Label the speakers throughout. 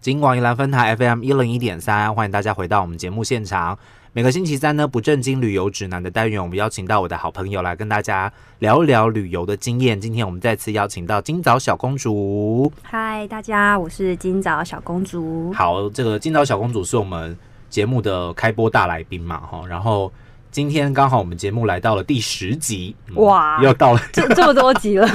Speaker 1: 金广宜兰分台 FM 一零一点三，欢迎大家回到我们节目现场。每个星期三呢，不正经旅游指南的单元，我们邀请到我的好朋友来跟大家聊一聊旅游的经验。今天我们再次邀请到今早小公主。
Speaker 2: 嗨，大家，我是今早小公主。
Speaker 1: 好，这个今早小公主是我们节目的开播大来宾嘛，哈，然后。今天刚好我们节目来到了第十集，嗯
Speaker 2: 哇
Speaker 1: 又到了，
Speaker 2: 这这么多集了，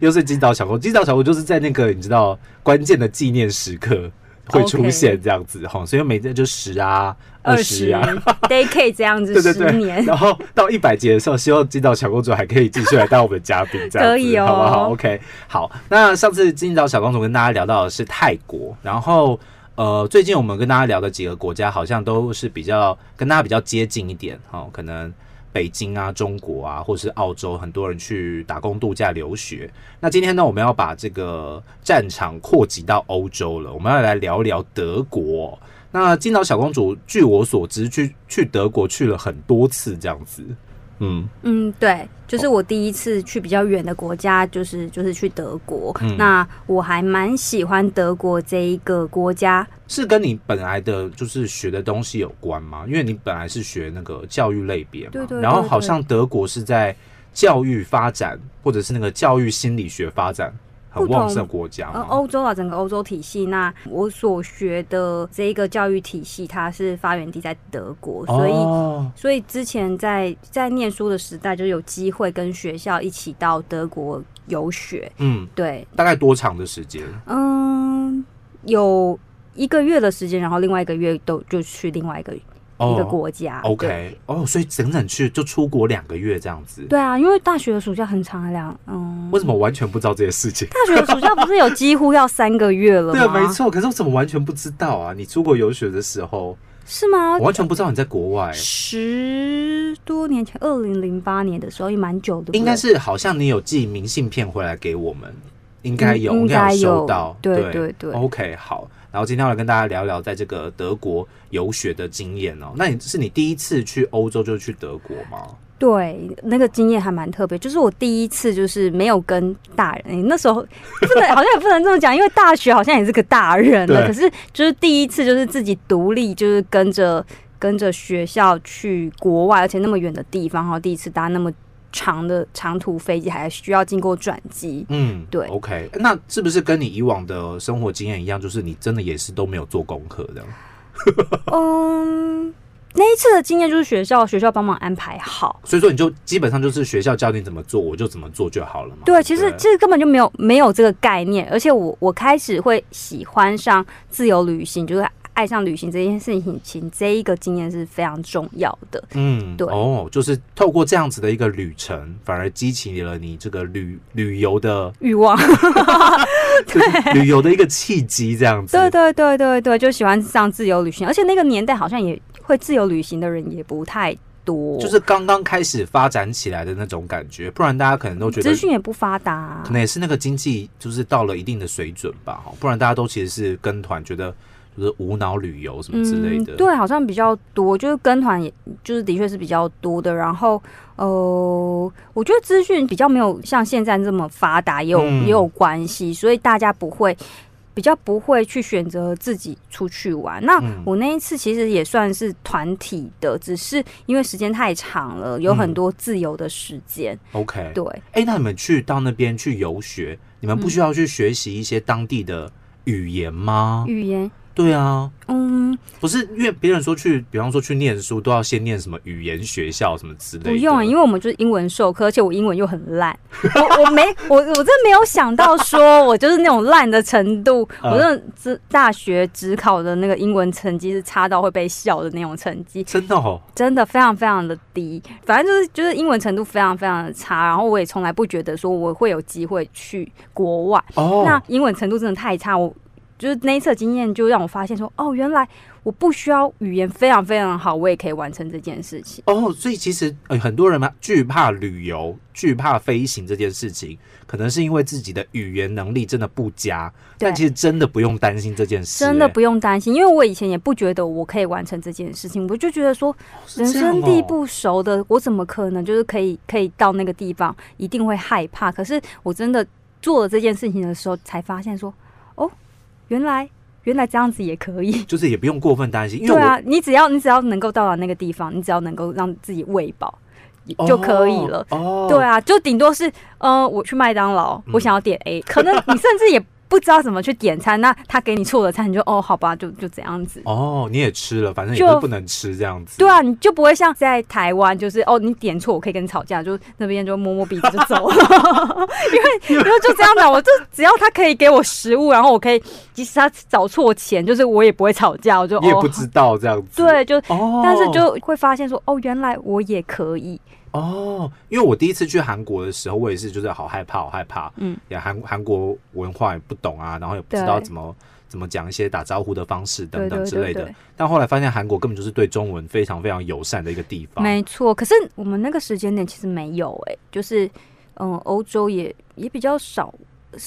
Speaker 1: 又是今早小公主，今早小公主就是在那个你知道关键的纪念时刻会出
Speaker 2: OK
Speaker 1: 现这样子哈所以每天就十啊、 二十啊，
Speaker 2: day K 这样子，
Speaker 1: 对对嗯
Speaker 2: 十
Speaker 1: 对，
Speaker 2: 年，
Speaker 1: 然后到一百集的时候，希望金岛小公主还可以继续来当我们的嘉宾，这样子
Speaker 2: 可以哦
Speaker 1: 好不好？OK，好。那上次金岛小公主跟大家聊到的是泰国，然后呃，最近我们跟大家聊的几个国家好像都是比较跟大家比较接近一点哦，可能。北京啊，中国啊，或是澳洲，很多人去打工度假留学。那今天呢，我们要把这个战场扩及到欧洲了，我们要来聊一聊德国哦、那金岛小公主，据我所知，去去德国去了很多次这样子。嗯，
Speaker 2: 嗯，对，就是我第一次去比较远的国家，就是就是去德国。
Speaker 1: 嗯
Speaker 2: 那我还蛮喜欢德国这一个国家，
Speaker 1: 是跟你本来的就是学的东西有关吗？因为你本来是学那个教育类别嘛，
Speaker 2: 对对对
Speaker 1: 然后好像德国是在教育发展或者是那个教育心理学发展很旺盛的国家
Speaker 2: 呃，
Speaker 1: 嘛。
Speaker 2: 欧洲啊，整个欧洲体系。那我所学的这一个教育体系，它是发源地在德国，所以
Speaker 1: 哦
Speaker 2: 所以之前在在念书的时代，就有机会跟学校一起到德国游学。
Speaker 1: 嗯，
Speaker 2: 对，
Speaker 1: 大概多长的时间？
Speaker 2: 嗯，有一个月的时间，然后另外一个月都就去另外一个、一个国家。对
Speaker 1: 哦，OK，哦，所以整整去就出国两个月这样子。
Speaker 2: 对啊，因为大学的暑假很长，两嗯，
Speaker 1: 为什么我完全不知道这些事情？
Speaker 2: 大学的暑假不是有几乎要三个月了 吗？
Speaker 1: 对，啊没，错。可是我怎么完全不知道啊？你出国游学的时候，
Speaker 2: 是吗
Speaker 1: 我？完全不知道你在国外，
Speaker 2: 十多年前，二零零八年的时候也蛮久的，
Speaker 1: 应该
Speaker 2: 是
Speaker 1: 是好像你有寄明信片回来给我们，应该有，
Speaker 2: 嗯应该
Speaker 1: 有收
Speaker 2: 有
Speaker 1: 到，
Speaker 2: 对对对
Speaker 1: OK，好。然后今天要来跟大家聊聊在这个德国游学的经验哦。那你是你第一次去欧洲就去德国吗？
Speaker 2: 对，那个经验还蛮特别，就是我第一次就是没有跟大人，欸诶那时候不能好像也不能这么讲，因为大学好像也是个大人了，
Speaker 1: 对
Speaker 2: 可是就是第一次就是自己独立，就是跟着跟着学校去国外，而且那么远的地方，然后第一次搭那么长的长途飞机，还需要经过转机。
Speaker 1: 嗯，
Speaker 2: 对
Speaker 1: ，OK，那是不是跟你以往的生活经验一样，就是你真的也是都没有做功课的？
Speaker 2: 嗯，那一次的经验就是学校学校帮忙安排好。
Speaker 1: 所以说你就基本上就是学校教你怎么做，我就怎么做就好了嘛。
Speaker 2: 对，其实
Speaker 1: 不
Speaker 2: 其实根本就没有没有这个概念，而且我我开始会喜欢上自由旅行，就是爱上旅行这件事情，情这一个经验是非常重要的。
Speaker 1: 嗯，
Speaker 2: 对
Speaker 1: 哦，就是透过这样子的一个旅程，反而激起了你这个旅旅游的
Speaker 2: 欲望，
Speaker 1: 就是旅游的一个契机，这样子。
Speaker 2: 对对对对对，就喜欢上自由旅行，而且那个年代好像也会自由旅行的人也不太多，
Speaker 1: 就是刚刚开始发展起来的那种感觉，不然大家可能都觉得
Speaker 2: 资，讯也不发达、啊
Speaker 1: 可能也是那个经济就是到了一定的水准吧，哈，不然大家都其实是跟团，觉得就是无脑旅游什么之类的。
Speaker 2: 嗯。对，好像比较多，就是跟团也，就是的确是比较多的。然后，呃，我觉得资讯比较没有像现在这么发达，也有、
Speaker 1: 嗯
Speaker 2: 也有关系，所以大家不会。比较不会去选择自己出去玩。那
Speaker 1: 嗯
Speaker 2: 我那一次其实也算是团体的，只是因为时间太长了，有很
Speaker 1: 嗯
Speaker 2: 多自由的时间。
Speaker 1: ，OK，
Speaker 2: 对，
Speaker 1: 哎、那你们去到那边去游学，你们不需要去学习一些当地的语言吗？
Speaker 2: 语言，
Speaker 1: 对啊，
Speaker 2: 嗯，
Speaker 1: 不是因为别人说去，比方说去念书都要先念什么语言学校什么之类
Speaker 2: 不
Speaker 1: 的，
Speaker 2: 用啊，因为我们就是英文授课，而且我英文又很烂，我我 没我我真的没有想到说我就是那种烂的程度，
Speaker 1: 嗯
Speaker 2: 我真的只大学只考的那个英文成绩是差到会被笑的那种成绩，
Speaker 1: 真的哦，
Speaker 2: 真的非常非常的低，反正就是就是英文程度非常非常的差，然后我也从来不觉得说我会有机会去国外，
Speaker 1: 哦，
Speaker 2: 那英文程度真的太差，我就是那一次的经验就让我发现说，哦，原来我不需要语言非常非常好，我也可以完成这件事情。
Speaker 1: 哦，所以其实、呃、很多人嘛，惧怕旅游、惧怕飞行这件事情，可能是因为自己的语言能力真的不佳，
Speaker 2: 对
Speaker 1: 但其实真的不用担心这件事、
Speaker 2: 真的
Speaker 1: 哎
Speaker 2: 不用担心，因为我以前也不觉得我可以完成这件事情，我就觉得说人
Speaker 1: 是这样
Speaker 2: 生
Speaker 1: 哦
Speaker 2: 地不熟的，我怎么可能就是可以可以到那个地方，一定会害怕。可是我真的做了这件事情的时候，才发现说，哦，原来原来这样子也可以。
Speaker 1: 就是也不用过分担 心，因为
Speaker 2: 对
Speaker 1: 我、
Speaker 2: 啊，你只要你只要能够到达那个地方，你只要能够让自己喂饱也
Speaker 1: 哦
Speaker 2: 就可以了。
Speaker 1: 哦，
Speaker 2: 对啊，就顶多是，呃，我去麦当劳，
Speaker 1: 嗯
Speaker 2: 我想要点 A，、可能你甚至也不知道怎么去点餐，那他给你错的餐，你就哦，好吧，就就这样子。
Speaker 1: 哦，你也吃了，反正也
Speaker 2: 就
Speaker 1: 不是不能吃这样子。
Speaker 2: 对啊，你就不会像在台湾，就是哦，你点错，我可以跟你吵架，就那边就摸摸鼻子就走了， 因为因为就这样的，我就只要他可以给我食物，然后我可以，即使他找错钱，就是我也不会吵架，我就
Speaker 1: 你也不
Speaker 2: 哦，
Speaker 1: 知道这样子。，
Speaker 2: 对，就
Speaker 1: 哦，
Speaker 2: 但是就会发现说，哦，原来我也可以，
Speaker 1: 哦，因为我第一次去韩国的时候，我也是就是好害怕，好害怕，
Speaker 2: 嗯，
Speaker 1: 也韩韩国文化也不懂啊，然后也不知道
Speaker 2: 对
Speaker 1: 怎么怎么讲一些打招呼的方式等
Speaker 2: 对
Speaker 1: 等
Speaker 2: 对
Speaker 1: 之
Speaker 2: 对
Speaker 1: 类的
Speaker 2: 对。
Speaker 1: 但后来发现韩国根本就是对中文非常非常友善的一个地方。
Speaker 2: 没错。可是我们那个时间点其实没有哎、就是嗯，欧洲也也比较少，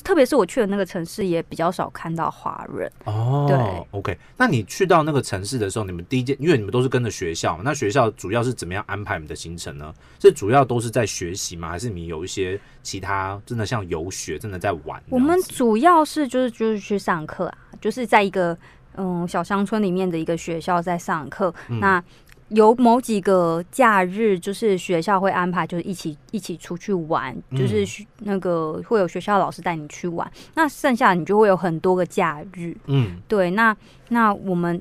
Speaker 2: 特别是我去的那个城市也比较少看到华人。
Speaker 1: 哦，
Speaker 2: 对
Speaker 1: o k 那你去到那个城市的时候，你们第一件，因为你们都是跟着学校嘛，那学校主要是怎么样安排你们的行程呢？是主要都是在学习吗？还是你有一些其他真的像游学，真的在玩这样子？
Speaker 2: 我们主要是就是就是去上课啊，就是在一个嗯小乡村里面的一个学校在上课。
Speaker 1: 嗯
Speaker 2: 那有某几个假日，就是学校会安排，就是一起一起出去玩，
Speaker 1: 嗯
Speaker 2: 就是学那个会有学校老师带你去玩。那剩下你就会有很多个假日，
Speaker 1: 嗯，
Speaker 2: 对，那那我们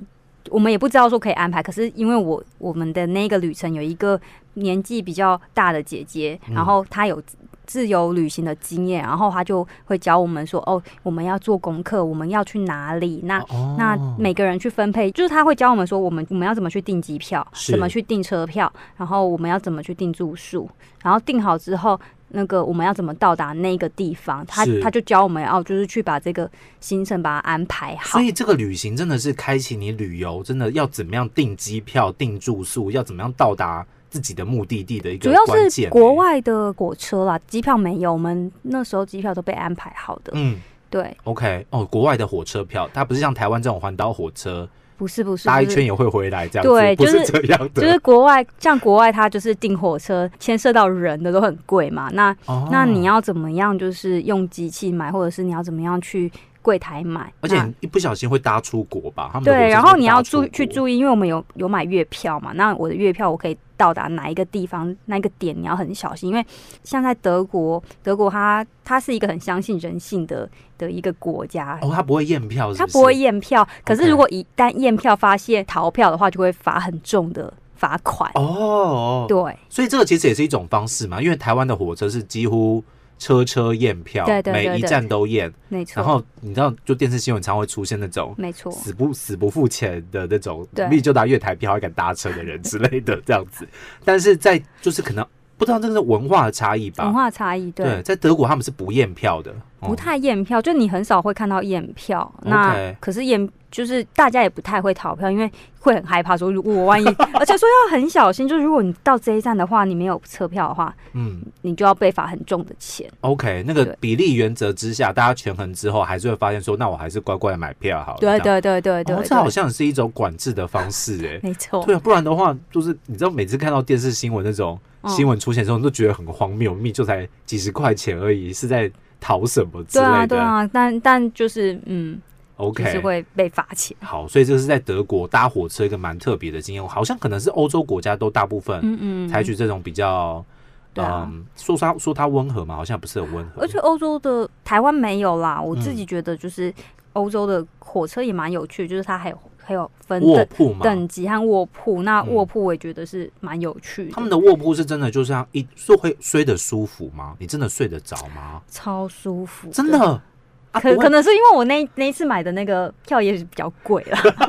Speaker 2: 我们也不知道说可以安排，可是因为我我们的那个旅程有一个年纪比较大的姐姐，
Speaker 1: 嗯
Speaker 2: 然后她有自。自由旅行的经验，然后她就会教我们说，哦，我们要做功课，我们要去哪里？那、
Speaker 1: 哦
Speaker 2: 那每个人去分配，就是她会教我们说，我们我们要怎么去订机票，
Speaker 1: 是
Speaker 2: 怎么去订车票，然后我们要怎么去订住宿，然后订好之后，那个我们要怎么到达那个地方，她
Speaker 1: 是
Speaker 2: 她就教我们要就是去把这个行程把它安排好
Speaker 1: 所。以这个旅行真的是开启你旅游，真的要怎么样订机票、订住宿，要怎么样到达自己的目的地的一
Speaker 2: 主
Speaker 1: 个
Speaker 2: 要
Speaker 1: 关
Speaker 2: 是
Speaker 1: 键。欸
Speaker 2: 国，外的火车啦，机票没有，我们那时候机票都被安排好的。
Speaker 1: 嗯
Speaker 2: 对，
Speaker 1: ，OK，哦，国外的火车票，它不是像台湾这种环岛火车，
Speaker 2: 不是不是，
Speaker 1: 搭一
Speaker 2: 不是
Speaker 1: 圈也会回来这样子，
Speaker 2: 对
Speaker 1: 不
Speaker 2: 就是
Speaker 1: 是这样的。
Speaker 2: 就是国外，像国外它就是订火车牵涉到人的都很贵嘛。那
Speaker 1: 哦
Speaker 2: 那你要怎么样，就是用机器买，或者是你要怎么样去柜台买？
Speaker 1: 而且
Speaker 2: 那
Speaker 1: 你一不小心会搭出国吧？他们的火车
Speaker 2: 对，
Speaker 1: 是
Speaker 2: 然后你
Speaker 1: 搭
Speaker 2: 要
Speaker 1: 出
Speaker 2: 注去
Speaker 1: 国
Speaker 2: 注意，因为我们有有买月票嘛，那我的月票我可以到达哪一个地方，那个点你要很小心，因为像在德国，德国它它是一个很相信人性的的一个国家。
Speaker 1: 哦，他不会验票是
Speaker 2: 它
Speaker 1: 是
Speaker 2: 不会验票，可是
Speaker 1: OK
Speaker 2: 如果一旦验票发现逃票的话，就会罚很重的罚款。
Speaker 1: 哦，
Speaker 2: 对
Speaker 1: 所以这个其实也是一种方式嘛，因为台湾的火车是几乎车车验票，
Speaker 2: 对对对
Speaker 1: 每一
Speaker 2: 对
Speaker 1: 站都验，
Speaker 2: 没错，
Speaker 1: 然后你知道就电视新闻常会出现那种。
Speaker 2: 没错，
Speaker 1: 死不死不付钱的那种，
Speaker 2: 嗯对
Speaker 1: 密就拿月台票还敢搭车的人之类的这样子，但是在就是可能不知道这个是文化的差异吧
Speaker 2: 文，化差异对。
Speaker 1: 在德国他们是不验票的，啊哦
Speaker 2: 不太验票，就你很少会看到验票。那
Speaker 1: OK
Speaker 2: 可是验就是大家也不太会逃票，因为会很害怕说，如果我万一， 而且说要很小心，就是如果你到这一站的话，你没有车票的话，
Speaker 1: 嗯
Speaker 2: 你就要被罚很重的钱。
Speaker 1: ，OK，那个
Speaker 2: 对
Speaker 1: 比例原则之下，大家权衡之后，还是会发现说，那我还是乖乖地买票好了，这
Speaker 2: 对
Speaker 1: 样
Speaker 2: 对对对对
Speaker 1: 哦，
Speaker 2: 对
Speaker 1: 这好像是一种管制的方式哎、
Speaker 2: 没错。
Speaker 1: 对啊，不然的话，就是你知道，每次看到电视新闻那种
Speaker 2: 嗯
Speaker 1: 新闻出现的时候，你都觉得很荒谬，密就才几十块钱而已，是在讨什么之
Speaker 2: 对
Speaker 1: 类的。
Speaker 2: 啊，对啊，但但就是嗯，就
Speaker 1: OK，
Speaker 2: 是会被罚钱。
Speaker 1: 好，所以这是在德国搭火车一个蛮特别的经验，好像可能是欧洲国家都大部分
Speaker 2: 嗯嗯，
Speaker 1: 采取这种比较，
Speaker 2: 对啊哦
Speaker 1: 嗯，说它说它温和嘛，好像不是很温和。
Speaker 2: 而且欧洲的台湾没有啦，我自
Speaker 1: 嗯
Speaker 2: 己觉得就是欧洲的火车也蛮有趣，就是它还有还有分
Speaker 1: 卧
Speaker 2: 等
Speaker 1: 铺嘛，
Speaker 2: 等级和卧铺。那
Speaker 1: 嗯
Speaker 2: 卧铺我也觉得是蛮有趣的，
Speaker 1: 他们的卧铺是真的就像一是会睡得舒服吗？你真的睡得着 吗？
Speaker 2: 超舒服，
Speaker 1: 真。的。啊、
Speaker 2: 可
Speaker 1: 不会
Speaker 2: 可能是因为我那那一次买的那个票也是比较贵了，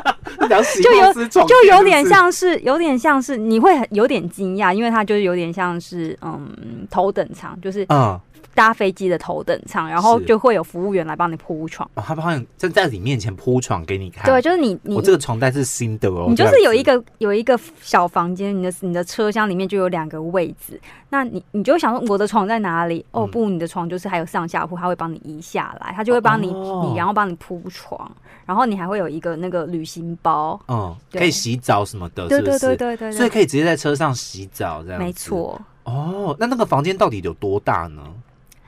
Speaker 1: 良心
Speaker 2: 就有
Speaker 1: 公司创
Speaker 2: 就
Speaker 1: 建
Speaker 2: 有点
Speaker 1: 是
Speaker 2: 像是有点像是你会很有点惊讶，因为它就是有点像是嗯头等舱，就是
Speaker 1: 嗯，
Speaker 2: 搭飞机的头等舱，然后
Speaker 1: 是
Speaker 2: 就会有服务员来帮你铺床。
Speaker 1: 哦、他们好像在在你面前铺床给你看。
Speaker 2: 对，，就是你你
Speaker 1: 我这个床单是新的哦。
Speaker 2: 你就
Speaker 1: 这
Speaker 2: 是
Speaker 1: 样
Speaker 2: 有
Speaker 1: 子
Speaker 2: 一个有一个小房间，你的你的车厢里面就有两个位置，那你你就会想说我的床在哪里？哦
Speaker 1: 嗯
Speaker 2: 不，你的床就是还有上下铺，他会帮你移下来，他就会帮你、
Speaker 1: 哦
Speaker 2: 你然后帮你铺床，然后你还会有一个那个旅行包，
Speaker 1: 嗯，
Speaker 2: 对
Speaker 1: 可以洗澡什么的，
Speaker 2: 对
Speaker 1: 哦是不
Speaker 2: 对
Speaker 1: 是？
Speaker 2: 对对对
Speaker 1: 所以
Speaker 2: 对，
Speaker 1: 可以直接在车上洗澡这样。
Speaker 2: 没。错，
Speaker 1: 哦，那那个房间到底有多大呢？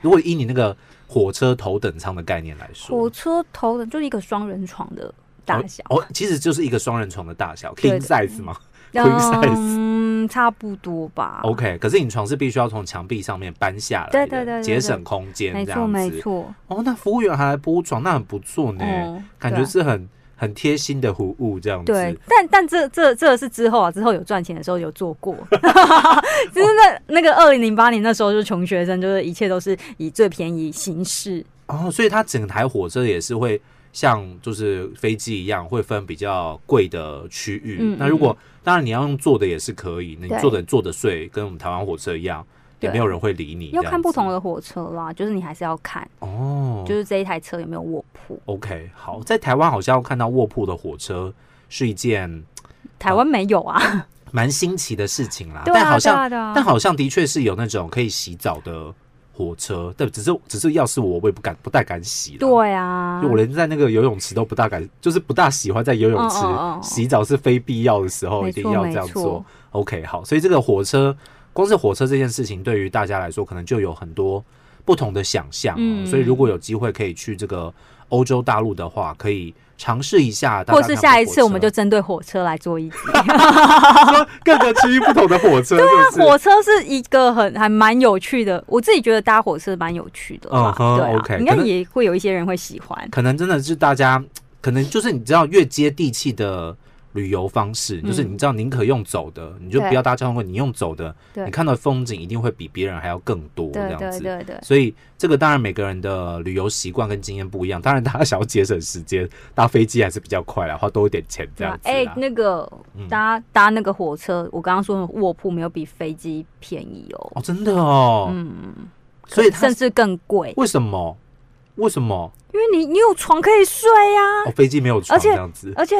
Speaker 1: 如果以你那个火车头等舱的概念来说
Speaker 2: 火，车头的就是一个双人床的大小，
Speaker 1: 哦，其实就是一个双人床的大小
Speaker 2: 对嗯
Speaker 1: ，king
Speaker 2: 的
Speaker 1: size 吗？queen size。
Speaker 2: 嗯，差不多吧。
Speaker 1: OK，可是你床是必须要从墙壁上面搬下来的，
Speaker 2: 对对对对对
Speaker 1: 节省空间，
Speaker 2: 没
Speaker 1: 这
Speaker 2: 错
Speaker 1: 样
Speaker 2: 没
Speaker 1: 子。
Speaker 2: 错，
Speaker 1: 哦，那服务员还来铺床，那很不错呢，
Speaker 2: 嗯
Speaker 1: 感
Speaker 2: 对
Speaker 1: 觉
Speaker 2: 啊
Speaker 1: 是很很贴心的服务这样子。
Speaker 2: 对，但但这这这是之后啊，之后有赚钱的时候有做过， 就是那那个二零零八年那时候就是穷学生，就是一切都是以最便宜形式，
Speaker 1: 哦，所以它整台火车也是会像就是飞机一样，会分比较贵的区域。
Speaker 2: 嗯
Speaker 1: 那如果当然你要用坐的也是可以，你
Speaker 2: 对
Speaker 1: 坐的坐的睡跟我们台湾火车一样，也
Speaker 2: 对
Speaker 1: 没有人会理你。
Speaker 2: 要
Speaker 1: 这样
Speaker 2: 看不
Speaker 1: 子
Speaker 2: 同的火车啦，就是你还是要看，
Speaker 1: 哦，
Speaker 2: 就是这一台车有没有卧铺，
Speaker 1: OK，好，在台湾好像看到卧铺的火车是一件
Speaker 2: 台湾没有啊，
Speaker 1: 蛮新奇的事情啦，
Speaker 2: 对
Speaker 1: 哦但
Speaker 2: 啊
Speaker 1: 好
Speaker 2: 对
Speaker 1: 像、
Speaker 2: 啊对啊
Speaker 1: 但好像的确是有那种可以洗澡的火车，但只是只是要是我，我也不敢不太敢洗了。
Speaker 2: 对啊
Speaker 1: 就，我连在那个游泳池都不大敢，就是不大喜欢在游泳池
Speaker 2: 嗯嗯嗯
Speaker 1: 洗澡，是非必要的时候
Speaker 2: 没
Speaker 1: 一定
Speaker 2: 错
Speaker 1: 要
Speaker 2: 没
Speaker 1: 这样做
Speaker 2: 错。
Speaker 1: OK，好，所以这个火车，光是火车这件事情，对于大家来说，可能就有很多不同的想象、哦。
Speaker 2: 嗯
Speaker 1: 所以如果有机会可以去这个欧洲大陆的话，可以尝试一下搭搭
Speaker 2: 或
Speaker 1: 看火车。
Speaker 2: 是下一次我们就针对火车来做 一集。
Speaker 1: 各个区域不同的火车， 对啊
Speaker 2: 火车是一个很还蛮有趣的，我自己觉得搭火车蛮有趣的吧
Speaker 1: 嗯哼
Speaker 2: 对啊
Speaker 1: OK，
Speaker 2: 应该
Speaker 1: 可能
Speaker 2: 也会有一些人会喜欢。
Speaker 1: 可能真的是大家，可能就是你知道越接地气的旅游方
Speaker 2: 嗯
Speaker 1: 式，就是你知道宁可用走的，你就不要搭交通工具，你用走的，
Speaker 2: 对
Speaker 1: 你看到的风景一定会比别人还要更多这
Speaker 2: 对
Speaker 1: 样
Speaker 2: 对
Speaker 1: 子。
Speaker 2: 对对，
Speaker 1: 所以这个当然每个人的旅游习惯跟经验不一样，当然大家想要节省时间，搭飞机还是比较快啦，花多一点钱这
Speaker 2: 对
Speaker 1: 样
Speaker 2: 啊
Speaker 1: 子啦。
Speaker 2: 哎、那个
Speaker 1: 嗯
Speaker 2: 搭搭那个火车，我刚刚说的卧铺没有比飞机便宜哦，
Speaker 1: 哦，真的哦，
Speaker 2: 嗯，
Speaker 1: 所以它
Speaker 2: 甚至更贵，
Speaker 1: 为什么？为什么？
Speaker 2: 因为你你有床可以睡呀、
Speaker 1: 哦，飞机没有床
Speaker 2: 而且
Speaker 1: 这样子。
Speaker 2: 而且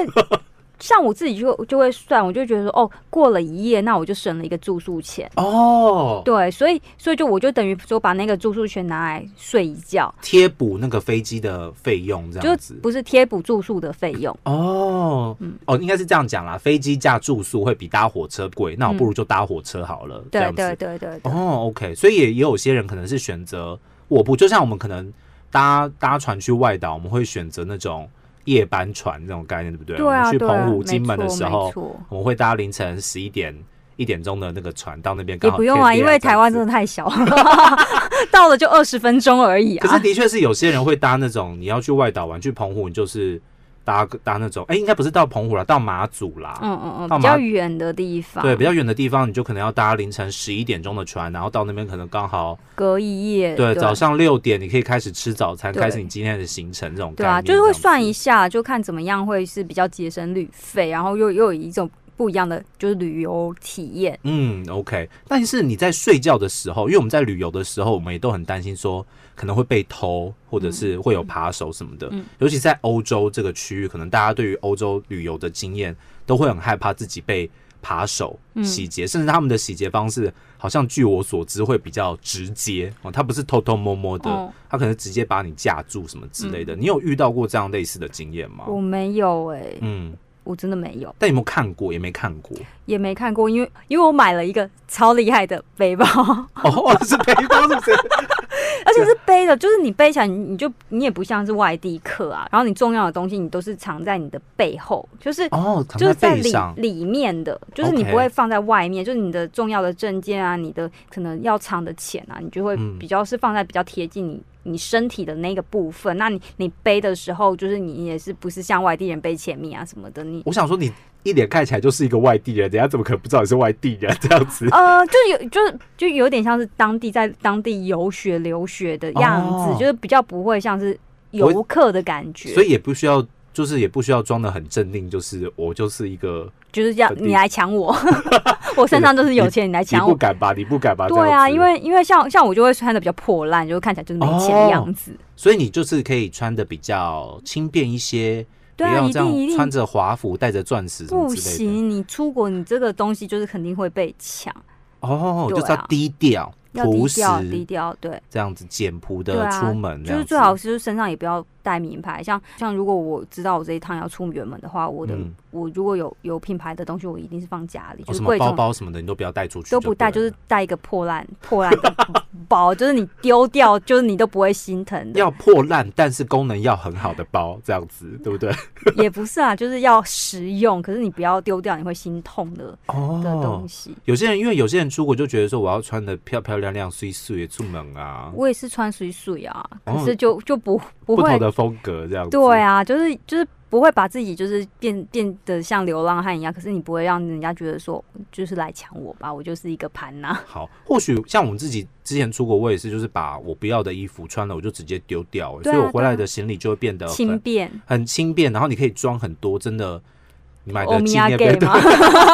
Speaker 2: 像我自己就就会算，我就觉得说，哦，过了一夜，那我就省了一个住宿钱。
Speaker 1: 哦，
Speaker 2: 对，所以所以就我就等于说把那个住宿钱拿来睡一觉，
Speaker 1: 贴补那个飞机的费用这
Speaker 2: 就
Speaker 1: 样子。
Speaker 2: 不是贴补住宿的费用。
Speaker 1: 哦，
Speaker 2: 嗯
Speaker 1: 哦，应该是这样讲啦。飞机价住宿会比搭火车贵，那我不如就搭火车好了。这
Speaker 2: 对
Speaker 1: 样子
Speaker 2: 对对对对，
Speaker 1: 哦，OK，所以也也有些人可能是选择卧铺，就像我们可能搭搭船去外岛，我们会选择那种夜班船这种概念，对不对？
Speaker 2: 对
Speaker 1: 我
Speaker 2: 啊
Speaker 1: 们去
Speaker 2: 对啊，
Speaker 1: 澎湖、
Speaker 2: 没
Speaker 1: 金门的
Speaker 2: 错
Speaker 1: 时
Speaker 2: 没
Speaker 1: 候，
Speaker 2: 错
Speaker 1: 我们会搭凌晨十一点一点钟的那个船到那边，
Speaker 2: 也
Speaker 1: 刚好
Speaker 2: 不用啊，
Speaker 1: 天
Speaker 2: 因
Speaker 1: 亮
Speaker 2: 为
Speaker 1: 这样
Speaker 2: 台湾
Speaker 1: 子
Speaker 2: 真的太小 了，到了就二十分钟而已
Speaker 1: 可是
Speaker 2: 啊。
Speaker 1: 的确是有些人会搭那种，你要去外岛玩，去澎湖，你就是搭搭那种，哎、应该不是到澎湖啦，到马祖啦。
Speaker 2: 嗯嗯
Speaker 1: 到马
Speaker 2: 嗯，比较远的地方，
Speaker 1: 对，比较远的地方，你就可能要搭凌晨十一点钟的船，然后到那边可能刚好
Speaker 2: 隔一夜，啊
Speaker 1: 对早上六点，你可以开始吃早餐，
Speaker 2: 对
Speaker 1: 开始你今天的行程这种概
Speaker 2: 对
Speaker 1: 念。
Speaker 2: 啊，就是会算
Speaker 1: 这样
Speaker 2: 一下，就看怎么样会是比较节省旅费，然后又又有一种不一样的就是旅游体验。
Speaker 1: 子。嗯，OK。但是你在睡觉的时候，因为我们在旅游的时候，我们也都很担心说可能会被偷，或者是会有扒手什么的。
Speaker 2: 嗯
Speaker 1: 尤其在欧洲这个区域，可能大家对于欧洲旅游的经验都会很害怕自己被扒手
Speaker 2: 嗯
Speaker 1: 洗劫，甚至他们的洗劫方式好像据我所知会比较直接哦，他不是偷偷摸摸的。
Speaker 2: 哦，嗯
Speaker 1: 他可能直接把你架住什么之类的。你有遇到过这样类似的经验吗？
Speaker 2: 我没有哎、
Speaker 1: 嗯，
Speaker 2: 我真的没有，
Speaker 1: 但有没有看过？也没看 过。
Speaker 2: 也没看过，因为因为我买了一个超厉害的背包，
Speaker 1: 哦，是背包是不是？
Speaker 2: 而且是背的，就是你背起来，你你就你也不像是外地客啊，然后你重要的东西你都是藏在你的背后，就是。
Speaker 1: 哦，躺
Speaker 2: 就
Speaker 1: 在
Speaker 2: 是在
Speaker 1: 背
Speaker 2: 里
Speaker 1: 上。
Speaker 2: 里面的，就是你
Speaker 1: OK
Speaker 2: 不会放在外面就是你的重要的证件啊，你的可能要藏的钱啊，你就会
Speaker 1: 嗯
Speaker 2: 比较是放在比较贴近你你身体的那个部分。那你你背的时候，就是你也是不是像外地人背前面啊什么的，你
Speaker 1: 我想说，你一脸看起来就是一个外地人，人家怎么可能不知道你是外地人这样 子？
Speaker 2: 呃，就有就是就有点像是当地在当地游学留学的样子，
Speaker 1: 哦
Speaker 2: 就是比较不会像是游客的感觉，
Speaker 1: 所以也不需要，就是也不需要装的很镇定，就是我就是一个，
Speaker 2: 就是要
Speaker 1: 本地
Speaker 2: 你来 抢我， 我身上就是有钱，你来
Speaker 1: 你
Speaker 2: 抢
Speaker 1: 不
Speaker 2: 我。
Speaker 1: 敢吧？你不敢吧？
Speaker 2: 哎对
Speaker 1: 这样
Speaker 2: 啊，
Speaker 1: 子
Speaker 2: 因为因为像像我就会穿的比较破烂，就看起来就是没钱的样子。
Speaker 1: 所以你就是可以穿的比较轻便一些，
Speaker 2: 对啊
Speaker 1: 不要
Speaker 2: 一
Speaker 1: 这
Speaker 2: 定一
Speaker 1: 样
Speaker 2: 定
Speaker 1: 穿着华服，带着钻石什么
Speaker 2: 不
Speaker 1: 之类的。
Speaker 2: 行，你出国你这个东西就是肯定会被抢，
Speaker 1: 哦，
Speaker 2: 对啊
Speaker 1: 就是要低调、
Speaker 2: 要低
Speaker 1: 朴实
Speaker 2: 调低调。对
Speaker 1: 这样子简朴
Speaker 2: 对
Speaker 1: 的
Speaker 2: 啊，
Speaker 1: 出门这样子，哦
Speaker 2: 就是最好是身上也不要带名牌，像像如果我知道我这一趟要出远门的话，我的、
Speaker 1: 嗯
Speaker 2: 我如果有有品牌的东西，我一定是放家里，就
Speaker 1: 哦、
Speaker 2: 是
Speaker 1: 什
Speaker 2: 贵
Speaker 1: 么
Speaker 2: 重
Speaker 1: 包包什么的你都不要带出去，
Speaker 2: 都不带，就
Speaker 1: 对了
Speaker 2: 是带一个破烂破烂的包， 就是你丢掉，就是你都不会心疼的，
Speaker 1: 要破烂，但是功能要很好的包，这样子对不对？
Speaker 2: 也不是啊，就是要实用，可是你不要丢掉，你会心痛的的东
Speaker 1: 哦，
Speaker 2: 西。
Speaker 1: 有些人因为有些人出国就觉得说我要穿的漂漂亮亮、碎碎出门啊，
Speaker 2: 我也是穿水水啊，
Speaker 1: 哦
Speaker 2: 可是就就不不
Speaker 1: 不同
Speaker 2: 会，
Speaker 1: 的风格这样子。
Speaker 2: 对啊，就是就是不会把自己就是变变得像流浪汉一样，可是你不会让人家觉得说就是来抢我吧，我就是一个盘呐、
Speaker 1: 好，或许像我们自己之前出国，我也是，就是把我不要的衣服穿了，我就直接丢掉、欸
Speaker 2: 对
Speaker 1: 所
Speaker 2: 啊
Speaker 1: 以我回来的行李就会变得
Speaker 2: 轻
Speaker 1: 很
Speaker 2: 便。
Speaker 1: 很轻便，然后你可以装很多，真的你买
Speaker 2: 欧
Speaker 1: 的
Speaker 2: 米
Speaker 1: 纪
Speaker 2: 亚
Speaker 1: 念
Speaker 2: gay
Speaker 1: 品、
Speaker 2: 吗？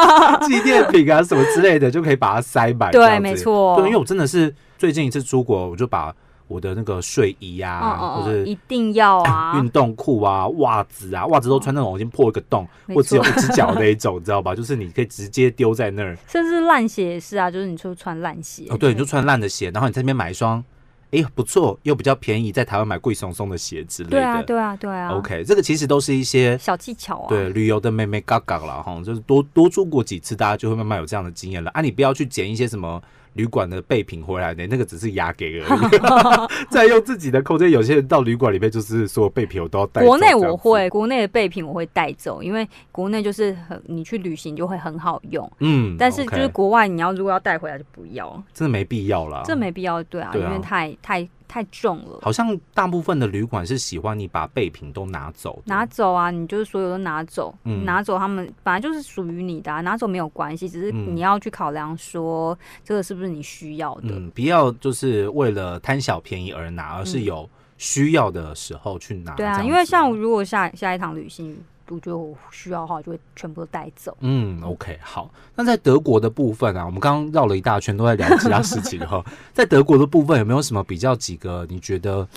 Speaker 1: 纪念品啊什么之类的，就可以把它塞满。这
Speaker 2: 对，
Speaker 1: 样子
Speaker 2: 没。错。
Speaker 1: 对，因为我真的是最近一次出国，我就把我的那个睡衣啊，
Speaker 2: 嗯
Speaker 1: 或
Speaker 2: 嗯
Speaker 1: 是
Speaker 2: 嗯，一定要啊
Speaker 1: 运，动裤啊、袜子啊，袜子都穿那种已经破一个洞，
Speaker 2: 没
Speaker 1: 或只有
Speaker 2: 错
Speaker 1: 一。只脚那一种，你知道 吧？就是你可以直接丢在那儿。
Speaker 2: 甚至烂鞋也是啊，就是你说穿烂鞋，
Speaker 1: 哦，对，你就穿烂的鞋，然后你在那边买一双，哎，不错，又比较便宜，在台湾买贵松松的鞋之类的。
Speaker 2: 对啊，对啊，对啊。
Speaker 1: OK，这个其实都是一些
Speaker 2: 小技巧啊。
Speaker 1: 对旅游的妹妹嘎嘎啦哈，就是多多出国几次，大家就会慢慢有这样的经验了。啊，你不要去捡一些什么旅馆的备品回来的，那个只是牙给而 已。 再用自己的空间，有些人到旅馆里面就是所有备品我都要带走。
Speaker 2: 国内
Speaker 1: 这样
Speaker 2: 我
Speaker 1: 子，
Speaker 2: 会，国内的备品我会带走，因为国内就是很你去旅行就会很好用，
Speaker 1: 嗯，
Speaker 2: 但是就
Speaker 1: OK，
Speaker 2: 是国外你要如果要带回来就不要，
Speaker 1: 真的没必要啦。
Speaker 2: 这没必要，对啊，
Speaker 1: 对啊
Speaker 2: 因为太太太重了，
Speaker 1: 好像大部分的旅馆是喜欢你把备品都拿走的，
Speaker 2: 拿走啊，你就是所有都拿走，
Speaker 1: 嗯
Speaker 2: 拿走他们本来就是属于你的、啊，拿走没有关系，只是
Speaker 1: 嗯
Speaker 2: 你要去考量说这个是不是你需要的，
Speaker 1: 嗯，不要就是为了贪小便宜而拿，而是有需要的时候去拿。
Speaker 2: 嗯
Speaker 1: 这
Speaker 2: 对啊，
Speaker 1: 样子
Speaker 2: 因为像如果下下一趟旅行，我觉得我需要的话，我就会全部都带走。
Speaker 1: 嗯，OK，好。那在德国的部分啊，我们刚刚绕了一大圈，都在聊其他事情 哈。在德国的部分，有没有什么比较几个你觉得，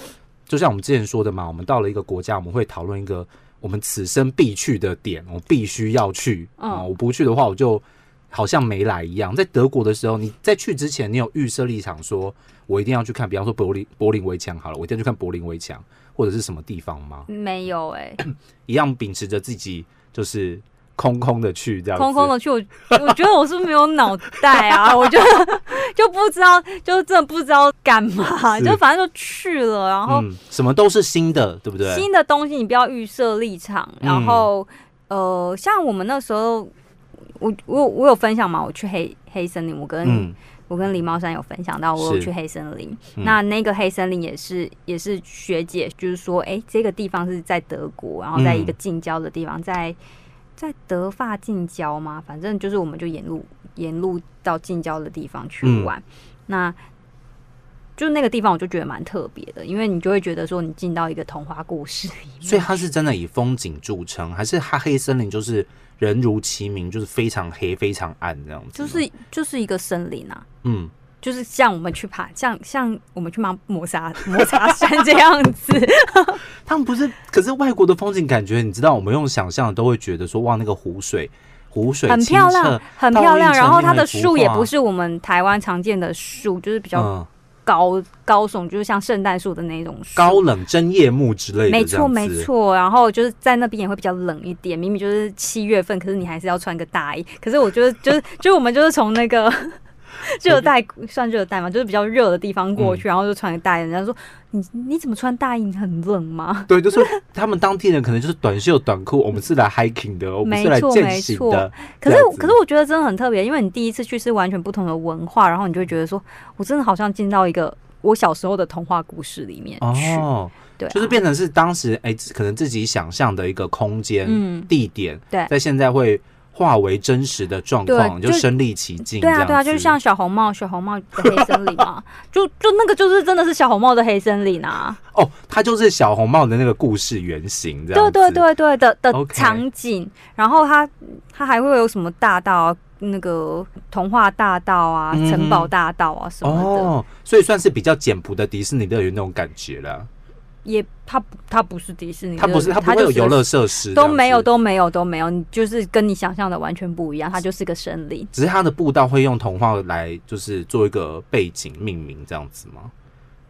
Speaker 1: 就像我们之前说的嘛，我们到了一个国家，我们会讨论一个我们此生必去的点，我必须要去。
Speaker 2: 嗯
Speaker 1: 啊我不去的话，我就好像没来一样。在德国的时候，你在去之前，你有预设立场说，我一定要去看，比方说柏林柏林围墙好了，我一定要去看柏林围墙或者是什么地方吗？
Speaker 2: 没有哎、
Speaker 1: 一样秉持着自己就是空空的去这样子，
Speaker 2: 空空的去，我我觉得我是没有脑袋啊，我就 就不知道，就真的不知道干嘛，
Speaker 1: 是
Speaker 2: 就反正就去了，然后
Speaker 1: 嗯，什么都是新的，对不对？嗯
Speaker 2: 新的东西你不要预设立场，然后、呃，像我们那时候，我我我有分享嘛，我去黑黑森林，我跟、
Speaker 1: 嗯，
Speaker 2: 我跟狸猫山有分享到，我有
Speaker 1: 是
Speaker 2: 去黑森林。
Speaker 1: 嗯
Speaker 2: 那那个黑森林也是也是学姐，就是说，哎、这个地方是在德国，然后在一
Speaker 1: 嗯
Speaker 2: 个近郊的地方，在在德法近郊嘛，反正就是我们就沿路沿路到近郊的地方去
Speaker 1: 嗯
Speaker 2: 玩。那就那个地方，我就觉得蛮特别的，因为你就会觉得说，你进到一个童话故事里面。
Speaker 1: 所以它是真的以风景著称，还是它黑森林就是人如其名，就是非常黑、非常暗这样子？
Speaker 2: 就是就是一个森林啊，
Speaker 1: 嗯，
Speaker 2: 就是像我们去爬，像像我们去爬摩沙摩沙山这样子，
Speaker 1: 他们不是，可是外国的风景感觉，你知道，我们用想象都会觉得说，哇，那个湖水，湖水
Speaker 2: 很
Speaker 1: 清
Speaker 2: 漂亮
Speaker 1: 澈，，
Speaker 2: 很
Speaker 1: 倒
Speaker 2: 漂
Speaker 1: 映
Speaker 2: 亮。
Speaker 1: 成
Speaker 2: 然后
Speaker 1: 另
Speaker 2: 它
Speaker 1: 外一
Speaker 2: 的
Speaker 1: 幅
Speaker 2: 树也
Speaker 1: 画
Speaker 2: 不是我们台湾常见的树，就是比较
Speaker 1: 嗯，
Speaker 2: 高、高耸，就是像圣诞树的那种树。
Speaker 1: 高冷针叶木之类的，
Speaker 2: 没
Speaker 1: 这
Speaker 2: 错
Speaker 1: 样
Speaker 2: 没
Speaker 1: 子。
Speaker 2: 错。然后就是在那边也会比较冷一点，明明就是七月份，可是你还是要穿个大衣。可是我觉得就是就是我们就是从 那个。热带算热带嘛，就是比较热的地方
Speaker 1: 嗯
Speaker 2: 过去，然后就穿个大衣。人家说你你怎么穿大衣？你很冷吗？
Speaker 1: 对，就是他们当地人可能就是短袖短裤，我们是来 hiking 的，我们
Speaker 2: 没
Speaker 1: 是来
Speaker 2: 错
Speaker 1: 践
Speaker 2: 没
Speaker 1: 行
Speaker 2: 错
Speaker 1: 的。
Speaker 2: 可是
Speaker 1: 这样，子
Speaker 2: 可是我觉得真的很特别，因为你第一次去是完全不同的文化，然后你就会觉得说，我真的好像进到一个我小时候的童话故事里面去，
Speaker 1: 哦，
Speaker 2: 对啊、
Speaker 1: 就是变成是当时哎、可能自己想象的一个空间、
Speaker 2: 嗯
Speaker 1: 地点，
Speaker 2: 对
Speaker 1: 在现在会化为真实的状况，
Speaker 2: 对
Speaker 1: 你就
Speaker 2: 就
Speaker 1: 身临其境。
Speaker 2: 对
Speaker 1: 这
Speaker 2: 啊，
Speaker 1: 样
Speaker 2: 对啊，就是
Speaker 1: 子
Speaker 2: 像小红帽，小红帽的黑森林 啊，就就那个就是真的是小红帽的黑森林啊，
Speaker 1: 哦，它就是小红帽的那个故事原型，这样
Speaker 2: 对
Speaker 1: 子
Speaker 2: 对，对对的的
Speaker 1: OK
Speaker 2: 场景，然后它它还会有什么大道、啊、那个童话大道啊、
Speaker 1: 嗯
Speaker 2: 城堡大道啊什么的，
Speaker 1: 哦，所以算是比较简朴的迪士尼乐园那种感觉了。
Speaker 2: 也它不它不是迪士尼乐园，
Speaker 1: 它不是，它不会
Speaker 2: 就
Speaker 1: 有
Speaker 2: 是个
Speaker 1: 游乐设施，
Speaker 2: 都没有，
Speaker 1: 都，
Speaker 2: 都没有，都没有，你就是跟你想象的完全不一样，它就是个森林。
Speaker 1: 只是它的步道会用童话来，就是做一个背景命名这样子吗？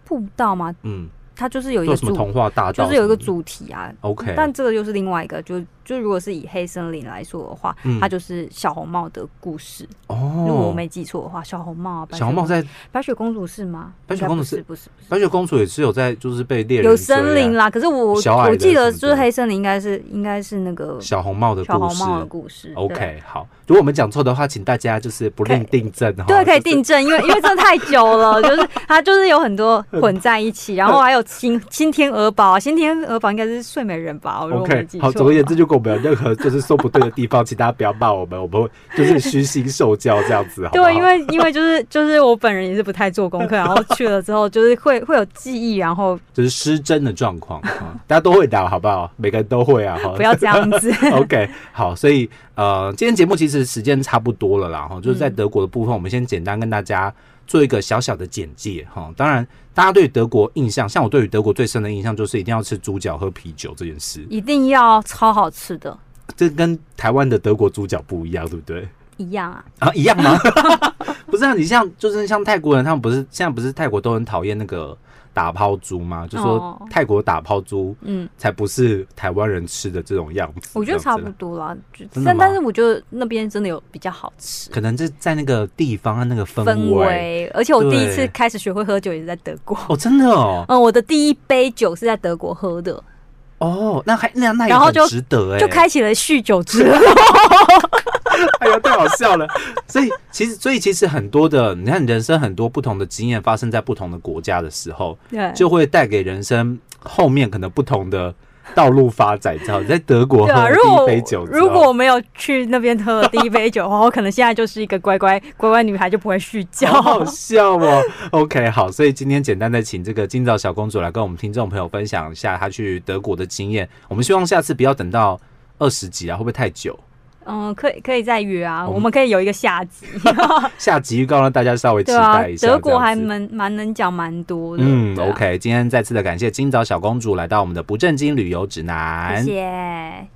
Speaker 2: 步道吗？
Speaker 1: 嗯，
Speaker 2: 它就是有一
Speaker 1: 做
Speaker 2: 个
Speaker 1: 什么
Speaker 2: 主，
Speaker 1: 童话大道什么的，
Speaker 2: 就是有一个主题啊。
Speaker 1: OK，
Speaker 2: 但这个又是另外一个，就就如果是以黑森林来说的话，
Speaker 1: 嗯
Speaker 2: 它就是小红帽的故事。
Speaker 1: 哦，
Speaker 2: 如果我没记错的话，小红帽啊，白雪
Speaker 1: 小红帽在
Speaker 2: 白雪公主是吗？
Speaker 1: 白雪公主
Speaker 2: 应该
Speaker 1: 是
Speaker 2: 不是不是不
Speaker 1: 白雪公主也是有在就是被猎
Speaker 2: 是
Speaker 1: 人
Speaker 2: 有
Speaker 1: 追啊
Speaker 2: 森林啦。可是我
Speaker 1: 小矮人
Speaker 2: 我记得
Speaker 1: 什
Speaker 2: 就
Speaker 1: 么的
Speaker 2: 是黑森林应该是应该是那个
Speaker 1: 小红帽的
Speaker 2: 小
Speaker 1: 故
Speaker 2: 红
Speaker 1: 事。
Speaker 2: 帽的故事。对
Speaker 1: OK，好，如果我们讲错的话，请大家就是不吝
Speaker 2: 可以
Speaker 1: 订正哈。
Speaker 2: 对，可以
Speaker 1: 就是
Speaker 2: 订正，因为因为真的太 久了，就是它就是有很多混在一起，然后还有新新天鹅堡啊，新天鹅堡应该是睡美人吧，我如果没
Speaker 1: OK，
Speaker 2: 记
Speaker 1: 好，
Speaker 2: 错。
Speaker 1: 总而言之，，如果我们有任何就是说不对的地方，请大家不要骂我们，我们会就是虚心受教这样子，好不好？
Speaker 2: 对，因为因为就是就是我本人也是不太做功课，然后去了之后就是会会有记忆，然后
Speaker 1: 就是失真的状况，啊大家都会打，好不好？每个人都会啊，哈
Speaker 2: 不。要这样 子。
Speaker 1: OK，好，所以呃，今天节目其实时间差不多了啦，哈，就是
Speaker 2: 嗯
Speaker 1: 在德国的部分，我们先简单跟大家做一个小小的简介哈。当然，大家对德国印象，像我对于德国最深的印象就是一定要吃猪脚喝啤酒这件事，
Speaker 2: 一定要超好吃的，
Speaker 1: 这跟台湾的德国猪脚不一样，对不 对？
Speaker 2: 一样啊。
Speaker 1: 啊，一样吗？ 不是啊，你像就是像泰国人，他们不是现在不是泰国都很讨厌那个打抛猪吗？就说
Speaker 2: 哦
Speaker 1: 泰国打抛猪
Speaker 2: 嗯，
Speaker 1: 才不是台湾人吃的这种样子。
Speaker 2: 我觉得
Speaker 1: 这样
Speaker 2: 差
Speaker 1: 子啊
Speaker 2: 不多啦，就
Speaker 1: 真的
Speaker 2: 但
Speaker 1: 吗
Speaker 2: 但是我觉得那边真的有比较好吃。
Speaker 1: 可能是在那个地方啊，那个氛
Speaker 2: 氛
Speaker 1: 围。
Speaker 2: 围，而且我第一次
Speaker 1: 对
Speaker 2: 开始学会喝酒也是在德国。
Speaker 1: 哦，真的哦，
Speaker 2: 嗯，我的第一杯酒是在德国喝的，
Speaker 1: 哦，那还那那也
Speaker 2: 然后
Speaker 1: 很
Speaker 2: 就
Speaker 1: 值得哎，
Speaker 2: 就，开启了酗酒之路。
Speaker 1: 哎呀，太好笑了。所以其实，所以其实很多的，你看人生很多不同的经验发生在不同的国家的时候，
Speaker 2: 对，
Speaker 1: 就会带给人生后面可能不同的道路发展。知道，在德国
Speaker 2: 对
Speaker 1: 喝
Speaker 2: 啊，
Speaker 1: 了
Speaker 2: 如
Speaker 1: 第
Speaker 2: 果
Speaker 1: 一杯酒之后，
Speaker 2: 如果我没有去那边喝了第一杯 酒的话，我可能现在就是一个乖乖乖乖女孩，就不会酗酒。
Speaker 1: 好好笑哦。OK，好， 所以今天简单的请这个今早小公主来跟我们听众朋友分享一下她去德国的经验。我们希望下次不要等到二十集啊，会不会太久？
Speaker 2: 嗯，可以可以再约啊，
Speaker 1: 我们
Speaker 2: 我们可以有一个下集。
Speaker 1: 下集预告让大家稍微期
Speaker 2: 对啊
Speaker 1: 待一，下。
Speaker 2: 德国
Speaker 1: 这样
Speaker 2: 还
Speaker 1: 子
Speaker 2: 蛮蛮能讲蛮多的。
Speaker 1: 嗯
Speaker 2: 对啊
Speaker 1: ，OK，今天再次的感谢今早小公主来到我们的不正经旅游指南，
Speaker 2: 谢谢。